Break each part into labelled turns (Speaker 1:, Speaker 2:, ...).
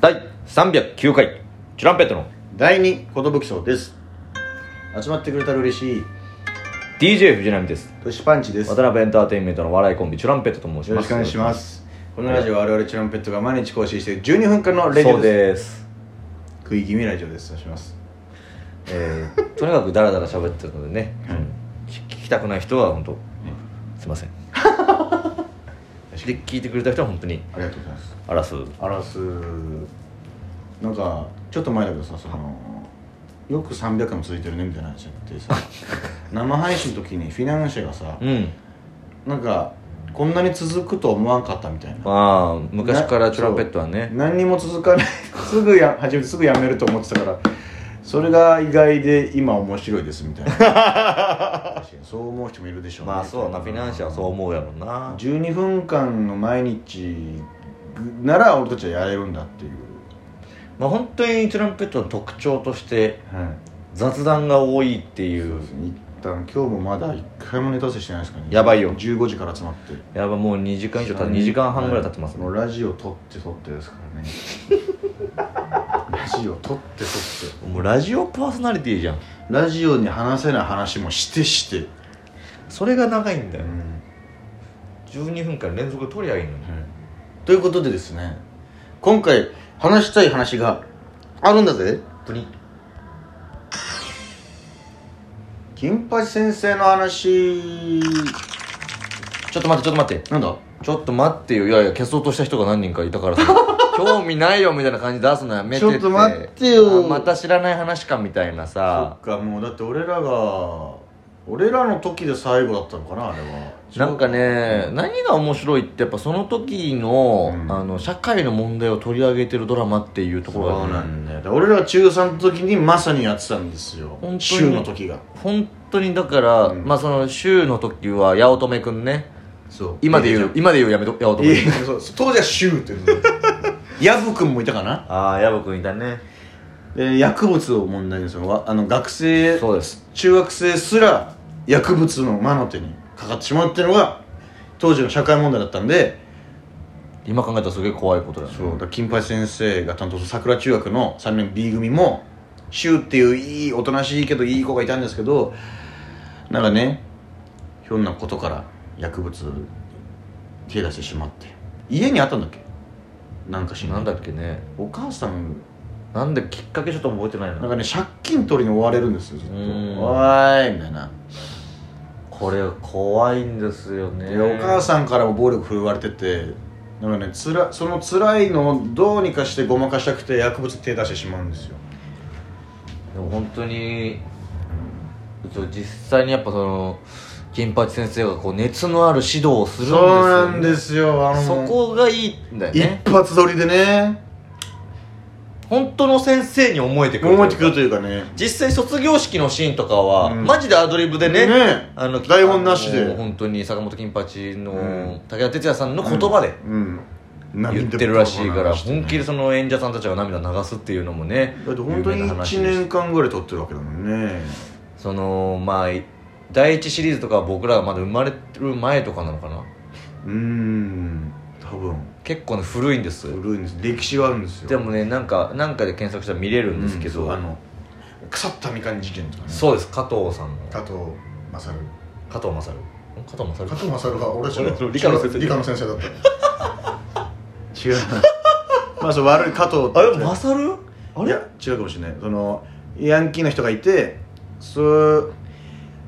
Speaker 1: 第309回チュランペットの
Speaker 2: 第二寿賞です集まってくれたら嬉しい
Speaker 1: DJ 藤波です
Speaker 2: トシパンチです
Speaker 1: 渡辺エンターテインメントの笑いコンビチュランペットと申し
Speaker 2: よろ
Speaker 1: ま
Speaker 2: し
Speaker 1: す
Speaker 2: くお願いしますこのラジオは我々チュランペットが毎日更新している12分間のレ
Speaker 1: そ
Speaker 2: ディオ
Speaker 1: う
Speaker 2: です
Speaker 1: です、
Speaker 2: 食い気味ラジオですお願いします
Speaker 1: えー、とにかくダラダラ喋ってるのでね、
Speaker 2: はい
Speaker 1: うん聞聞きたくない人は本当すいませんで聞いてくれた人は本当に
Speaker 2: ありがとうございます
Speaker 1: あらす
Speaker 2: あらすなんかちょっと前だけどさそのよく300回も続いてるねみたいな話あって さ生配信の時にフィナンシェがさ
Speaker 1: うん
Speaker 2: なんかこんなに続くと思わんかったみたいな
Speaker 1: まあ昔からチュランペットはね
Speaker 2: そう何にも続かないすぐや始めてすぐやめると思ってたからそれが意外で今面白いですみたいな 確かにそう思う人もいるでしょうね
Speaker 1: まあそうだなフィナンシェはそう思うやろうな
Speaker 2: 12分間の毎日なら俺たちはやれるんだっていう、
Speaker 1: まあ本当にチュランペットの特徴として
Speaker 2: はい、
Speaker 1: 雑談が多いってい
Speaker 2: そう
Speaker 1: う
Speaker 2: ですね一旦今日もまだ一回もネタ合わせしてないですかね
Speaker 1: やばいよ
Speaker 2: 15時から集まって
Speaker 1: やばもう2時間以上経って2時間半ぐらい経ってますね
Speaker 2: もうラジオ撮って撮ってです からねラジオ撮って撮って
Speaker 1: もうラジオパーソナリティじゃん
Speaker 2: ラジオに話せない話もしてして、
Speaker 1: それが長いんだよ、12分間連続で取り上げるのに
Speaker 2: ということでですね今回話したい話があるんだぜ
Speaker 1: プニ
Speaker 2: 金八先生の話
Speaker 1: ちょっと待ってちょっと待って
Speaker 2: なんだ
Speaker 1: ちょっと待ってよいやいや消そうとした人が何人かいたから さ興味ないよみたいな感じ出すのやめて
Speaker 2: ちょっと待ってよ
Speaker 1: あまた知らない話かみたいな
Speaker 2: そ
Speaker 1: さ
Speaker 2: っかもうだって俺らが俺らの時で最後だったのかなあれは
Speaker 1: なんかね何が面白いってやっぱその時の,、
Speaker 2: うん
Speaker 1: あの社会の問題を取り上げてるドラマっていうところがね
Speaker 2: そうなんだよだから俺らが中3の時にまさにやってたんですよ
Speaker 1: 当に
Speaker 2: 週の時が
Speaker 1: 本当にだから、
Speaker 2: うん
Speaker 1: まあその週の時は八乙女くんね
Speaker 2: そう
Speaker 1: 今で言う今で言うやめと八乙
Speaker 2: い
Speaker 1: 女
Speaker 2: やいやそう当時は週って 言うんだよヤブ君もいたかな
Speaker 1: ああ矢部くんいたね
Speaker 2: で薬物を問題にそのわあの学生
Speaker 1: そうです
Speaker 2: 中学生すら薬物の魔の手にかかってしまうっていうのが当時の社会問題だったんで、
Speaker 1: 今考えたらすげえ怖いことだよね
Speaker 2: そうだから金八先生が担当する桜中学の3年 B 組も柊っていういいおとなしいけどいい子がいたんですけどなんかねひょんなことから薬物手出してしまって家にあったんだっけなんかし
Speaker 1: なんだっけね
Speaker 2: お母さん
Speaker 1: なんできっかけちょっと覚えてない
Speaker 2: なん
Speaker 1: な
Speaker 2: かね借金取りに追われるんですよずっと「
Speaker 1: う
Speaker 2: お
Speaker 1: ん
Speaker 2: ーい」みたいな
Speaker 1: これ怖いんですよね
Speaker 2: でお母
Speaker 1: ん
Speaker 2: さんからも暴力振るわれててなんかねつらその辛いのをどうにかしてごまかしたくて薬物に手出してしまうんですよ
Speaker 1: でも本当にそう実際にやっぱその金八先生がこう熱のある指導をするんですよ、ね、
Speaker 2: そうなんですよあの
Speaker 1: そこがいいんだよ
Speaker 2: 一
Speaker 1: ね
Speaker 2: 発撮りでね
Speaker 1: 本当の先生に思えてくる
Speaker 2: 思えてくるというかね
Speaker 1: 実際卒業式のシーンとかは、
Speaker 2: うん
Speaker 1: マジでアドリブでね
Speaker 2: ね
Speaker 1: あの
Speaker 2: 台本なしで
Speaker 1: もう本当に坂本金八の、
Speaker 2: うん
Speaker 1: 武田鉄矢さんの言葉で
Speaker 2: うん
Speaker 1: 言ってるらしいから、
Speaker 2: 涙ボロボロ流してね
Speaker 1: 本気でその演者さんたちが涙流すっていうのもね
Speaker 2: だって本当に
Speaker 1: 有名な話
Speaker 2: 1
Speaker 1: です
Speaker 2: 年間ぐらい撮ってるわけだもんね
Speaker 1: そのまあい第一シリーズとかは僕らがまだ生まれる前とかなのかな
Speaker 2: うーん多分
Speaker 1: 結構ね古いんです
Speaker 2: 古いんです歴史はあるんですよ
Speaker 1: でもねなんかなんかで検索したら見れるんですけど、
Speaker 2: うんそうあの腐ったみかん事件とかね
Speaker 1: そうです加藤さんの
Speaker 2: 加藤勝
Speaker 1: 加藤勝ん加藤勝
Speaker 2: 加藤勝は俺たち
Speaker 1: 俺たちの理科の先生
Speaker 2: 理科の先生だった違うまあそう悪い加藤って
Speaker 1: あれ勝あ
Speaker 2: い
Speaker 1: れ
Speaker 2: や違うかもしれないそのヤンキーの人がいてそ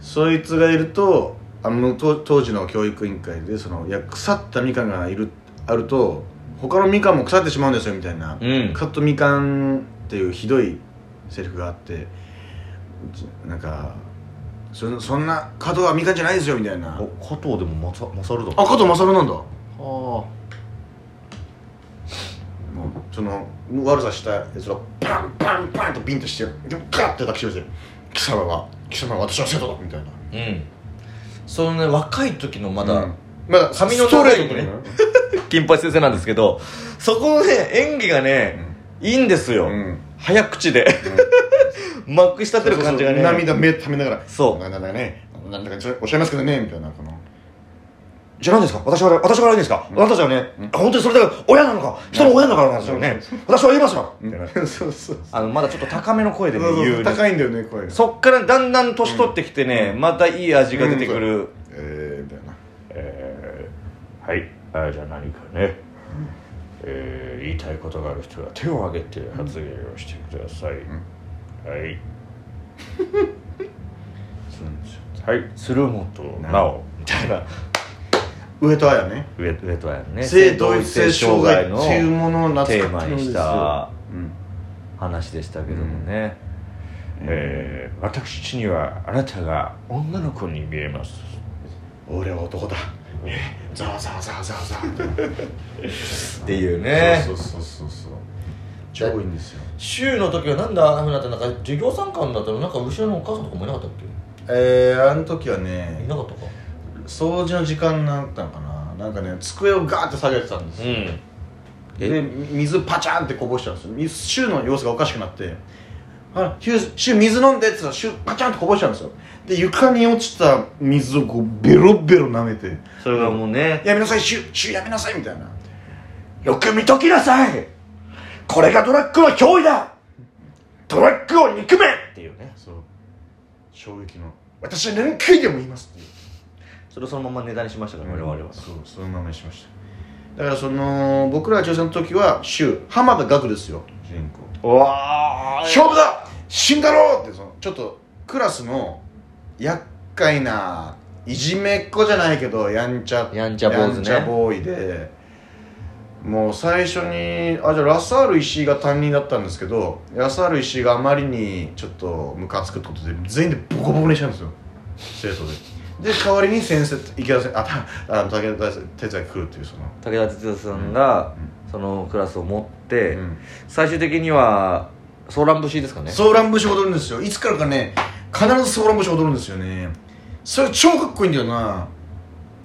Speaker 2: そいつがいるとあのと当時の教育委員会でそのいや腐ったみかんがいるあると他のみかんも腐ってしまうんですよみたいな、
Speaker 1: うん
Speaker 2: カットみかんっていうひどいセリフがあってうちなんかそそんな加藤はみかんじゃないですよみたいな
Speaker 1: お加藤でも勝勝るだ
Speaker 2: あ加藤勝なんだも
Speaker 1: あ
Speaker 2: うその悪さしたやつらパンパンパンとビンとしてでガッて抱きしめて「貴様は貴様は私の生徒だ」みたいな
Speaker 1: うんそのね若い時のまだ、
Speaker 2: うんまだ
Speaker 1: 髪の
Speaker 2: ストレート
Speaker 1: 長 い
Speaker 2: ね
Speaker 1: ね金八先生なんですけどそこのね演技がね、いいんですよ、
Speaker 2: うん
Speaker 1: 早口で、 まくし立てる感じがね
Speaker 2: そうそう涙目ためながら
Speaker 1: そう
Speaker 2: なんだかねなんだかおっしゃいますけどねみたいなこの
Speaker 3: じゃあ何ですか私は私からいいんですか、あなたじゃね、あ本当にそれだけ親なのか人の親だからなんですよね私は言いますよ、みたいな
Speaker 2: そうそう
Speaker 3: あのまだちょっと高めの声で、ね、言うね
Speaker 2: 高いんだよね声が
Speaker 3: そっからだんだん年取ってきてね、またいい味が出てくる、
Speaker 2: えーみたいな
Speaker 3: えーはいあじゃあ何かね、えー言いたいことがある人は手を挙げて発言をしてください、はいはい鶴本直みたいな
Speaker 2: 上戸彩ね
Speaker 3: 上上とはやね
Speaker 2: 性同一性障害っていうものを懐か
Speaker 3: テ
Speaker 2: しい
Speaker 3: ーマにした
Speaker 2: うん
Speaker 3: 話でしたけどもね、えー私にはあなたが女の子に見えます
Speaker 2: 俺は男だえーざわざわざわざわざわみたいな
Speaker 3: っていうね
Speaker 2: そうそうそうそう超いいんですよ
Speaker 1: 週の時はなんで雨になったのか授業参観だったらなんか後ろのお母さんとかもいなかったっ
Speaker 2: えー、あの時は
Speaker 1: けい
Speaker 2: ね
Speaker 1: なかったか
Speaker 2: 掃除の時間なったのかななんかね机をガーって下げてたんですよ、
Speaker 1: ん
Speaker 2: で水パチャンってこぼしたんですよ水シュウの様子がおかしくなって「あシュウシュウ水飲んで」って言ったらシュウパチャンってこぼしたんですよで床に落ちた水をこうベロベロ舐めて
Speaker 3: それがもうね
Speaker 2: 「やめなさいシュウシュウやめなさい」みたいな
Speaker 3: よく見ときなさいこれがドラッグの脅威だドラッグを憎めっていうね
Speaker 2: そう衝撃の「私は何回でも言います」っていう
Speaker 3: それをそのまま値段にしましたから、我々は
Speaker 2: そうそのままにしましただからその僕らが中3の時はシュウ浜田岳ですよ主人公
Speaker 3: うわ
Speaker 2: 勝負だ死んだろうってそのちょっとクラスの厄介ないじめっ子じゃないけどやんちゃ
Speaker 1: やんちゃ坊主ね
Speaker 2: やんちゃボーイでもう最初にあじゃあラサール石井が担任だったんですけどラサール石井があまりにちょっとムカつくってことで全員でボコボコにしたんですよ生徒でで代わりに先生池田先あたあ武田哲也が来るっていうその、
Speaker 1: 武田鉄矢さんがそのクラスを持って、
Speaker 2: うん
Speaker 1: 最終的にはソーラン節ですかね
Speaker 2: ソーラン節踊るんですよいつからかね必ずソーラン節踊るんですよねそれ超かっこいいんだよな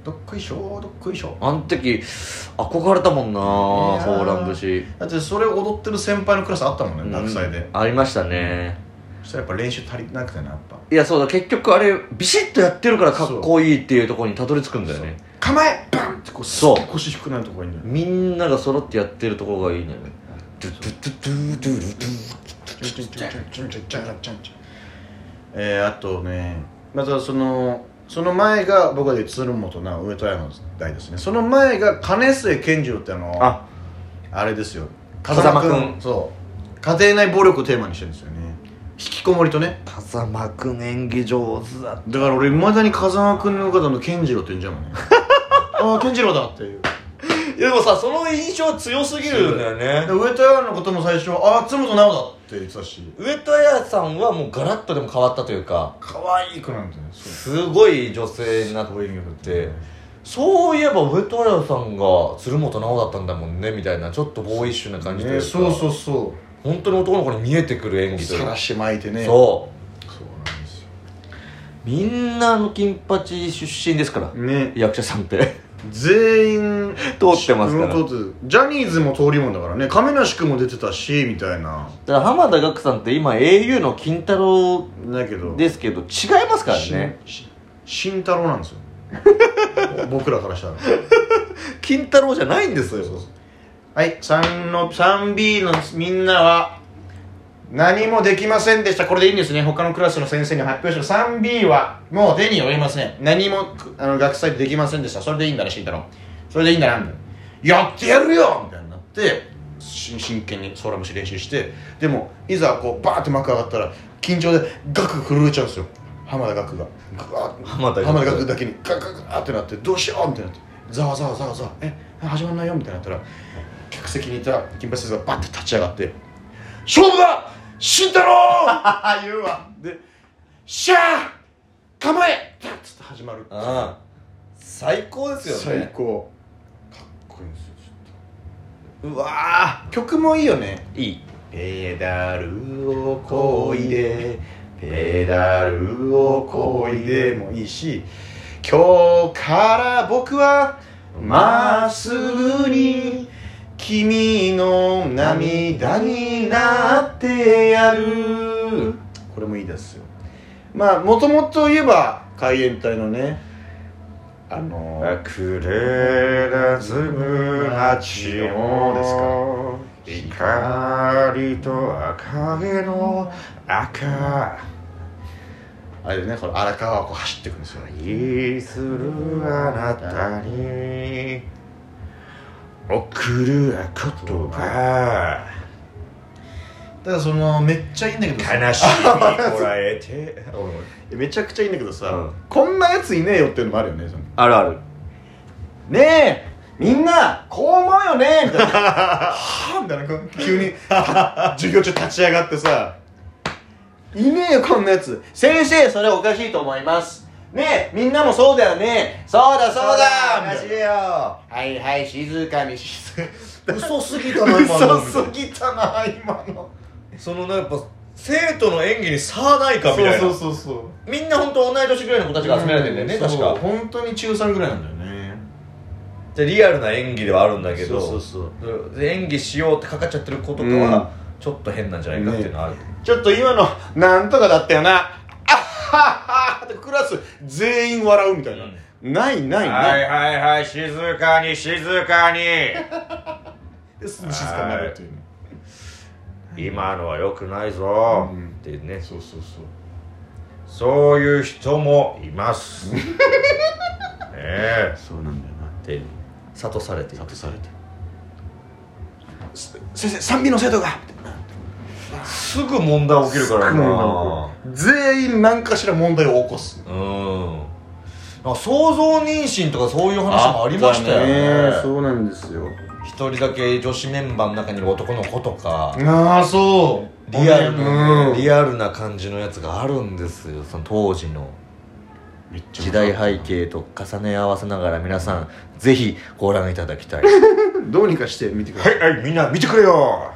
Speaker 2: どっこいしょどっこいしょ
Speaker 1: あの時憧れたもんな
Speaker 2: やー
Speaker 1: ソーラン節
Speaker 2: だってそれ踊ってる先輩のクラスあったもんね学祭で、
Speaker 1: うんありましたね、
Speaker 2: そしたらやっぱ練習足りなくてなやっぱ
Speaker 1: いやそうだ結局あれビシッとやってるからかっこいいっていうところにたどり着くんだよね
Speaker 2: 構えバンってこうすっ
Speaker 1: そう
Speaker 2: げえ腰低くなるとこがいいんだよ
Speaker 1: みんなが揃ってやってるところがいいんだよねドゥドゥドゥドゥドゥドゥドゥ
Speaker 2: えー、あとねまたそのその前が僕が言う鶴本な上戸彩の代ですねその前が金末健次郎ってあの
Speaker 3: あ
Speaker 2: あれですよ
Speaker 1: 風間君
Speaker 2: そう家庭内暴力をテーマにしてるんですよね引きこもりとね
Speaker 1: 風間くん演技上手だ
Speaker 2: だから俺いまだに風間君の方の健次郎って言うんじゃんも んねああ健次郎だっていう
Speaker 3: いやでもさその印象強すぎるんだよ
Speaker 2: で
Speaker 3: ね
Speaker 2: 上戸彩のことも最初ああ鶴本直だって言ってたし
Speaker 1: 上戸彩さんはもうガラッとでも変わったというか
Speaker 2: 可愛い子なんだよねそう
Speaker 1: すごい女性になっ
Speaker 2: 可愛い子だ
Speaker 1: てそういえば上戸彩さんが鶴本直だったんだもんねみたいなちょっとボーイッシュな感じという
Speaker 2: ね
Speaker 1: か
Speaker 2: そうそうそ
Speaker 1: 本当に男の子に見えてくる演
Speaker 2: う
Speaker 1: 技という
Speaker 2: さ
Speaker 1: から
Speaker 2: しまいてね
Speaker 1: そう
Speaker 2: そうなんですよ
Speaker 1: みんなあの金八出身ですから
Speaker 2: ね
Speaker 1: 役者さんって
Speaker 2: 全員
Speaker 1: 通ってますから
Speaker 2: うん通ってジャニーズも通りもんだからね亀梨君も出てたしみたいな
Speaker 1: だから浜田岳さんって今 au の金太郎
Speaker 2: だけど
Speaker 1: ですけど違いますからね
Speaker 2: しし慎太郎な んですよ僕らからしたら
Speaker 1: 金太郎じゃないんですよ
Speaker 2: はい3の 3B のみんなは何もできませんでしたこれでいいんですね他のクラスの先生に発表した 3B はもう手に負いません何もくあの学祭でできませんでしたそれでいいんだね慎太郎それでいいんだなみたいなやってやるよみたいになってし真剣に空虫練習してでもいざこうバーって幕上がったら緊張でガク震えちゃうんですよ浜田岳がグワーッ
Speaker 1: 浜田岳
Speaker 2: 浜田岳だけにガクガクガクってなってどうしようみたいになってざわざわざわざわえ始まんないよみたいになったら客席にいた金八先生がバッて立ち上がって「勝負だ慎太郎! 」 言うわで「シャー構え!」っつって始まる
Speaker 1: ああ最高ですよ
Speaker 2: 最
Speaker 1: ね
Speaker 2: 高かっこいいんですよち
Speaker 1: うわ
Speaker 2: ょっと曲もいいよね
Speaker 1: ーいい
Speaker 2: ペダルをこいでペダルをこいでもいいし今日から僕はまっすぐに君の涙になってやるこれもいいですよまあもともと言えば海援隊のねあの
Speaker 3: あくれなずむ街を
Speaker 2: です
Speaker 3: 光と赤毛の赤
Speaker 2: あれでねこの荒川をこう走っていくんですよ
Speaker 3: 愛するあなたに送る言葉
Speaker 2: ただそのめっちゃいいんだけどさ
Speaker 3: 悲しみこらえて
Speaker 2: めちゃく ちゃいいんだけどさ、
Speaker 3: うん
Speaker 2: こんなやついねえよっていうのもあるよねその
Speaker 3: あるある
Speaker 2: ねえみんなこう思うよねみたいな はあみたいな急に は授業中立ち上がってさいねえよこんなやつ先生それおかしいと思いますねえみんなもそうだよねそうだそうだ
Speaker 3: そうだ
Speaker 2: みたいなはいはい静かに静かに
Speaker 1: 嘘すぎたな今の
Speaker 2: 嘘すぎたな今の
Speaker 1: そのなんかやっぱ生徒の演技に差はないかみたいな
Speaker 2: そうそうそうそう
Speaker 1: みんな本当同い年ぐらいの子たちが集められてんだよね、確か
Speaker 2: 本当に中3ぐらいなんだよね
Speaker 1: でリアルな演技ではあるんだけど
Speaker 2: そうそう
Speaker 1: で演技しようってかかっちゃってる子とか
Speaker 2: うん
Speaker 1: はちょっと変なんじゃないかっていうのはある、
Speaker 2: ちょっと今のなんとかだったよなあっはっはってクラス全員笑うみたいな、ないない
Speaker 3: は
Speaker 2: ないい
Speaker 3: はいはい静かに静かに
Speaker 2: で静かになるっていうね
Speaker 3: 今のは良くないぞ、
Speaker 2: うん
Speaker 3: ってね
Speaker 2: そうそうそう
Speaker 3: そういう人もいますねえ
Speaker 2: そうなんだよな
Speaker 1: で諭されていく
Speaker 2: 諭されて先生賛美の生徒が
Speaker 3: すぐ問題起きるからな
Speaker 2: 全員何かしら問題を起こす
Speaker 1: うんなんか想像妊娠とかそういう話もありましたよね
Speaker 2: うなんですよ
Speaker 1: 一人だけ女子メンバーの中にいる男の子とか
Speaker 2: ああそう
Speaker 1: リアル
Speaker 2: うん
Speaker 1: リアルな感じのやつがあるんですよその当時の
Speaker 2: めっちゃ
Speaker 1: 時代背景と重ね合わせながら皆さんぜひご覧いただきたい
Speaker 2: どうにかして見てください
Speaker 3: はいはいみんな見てくれよ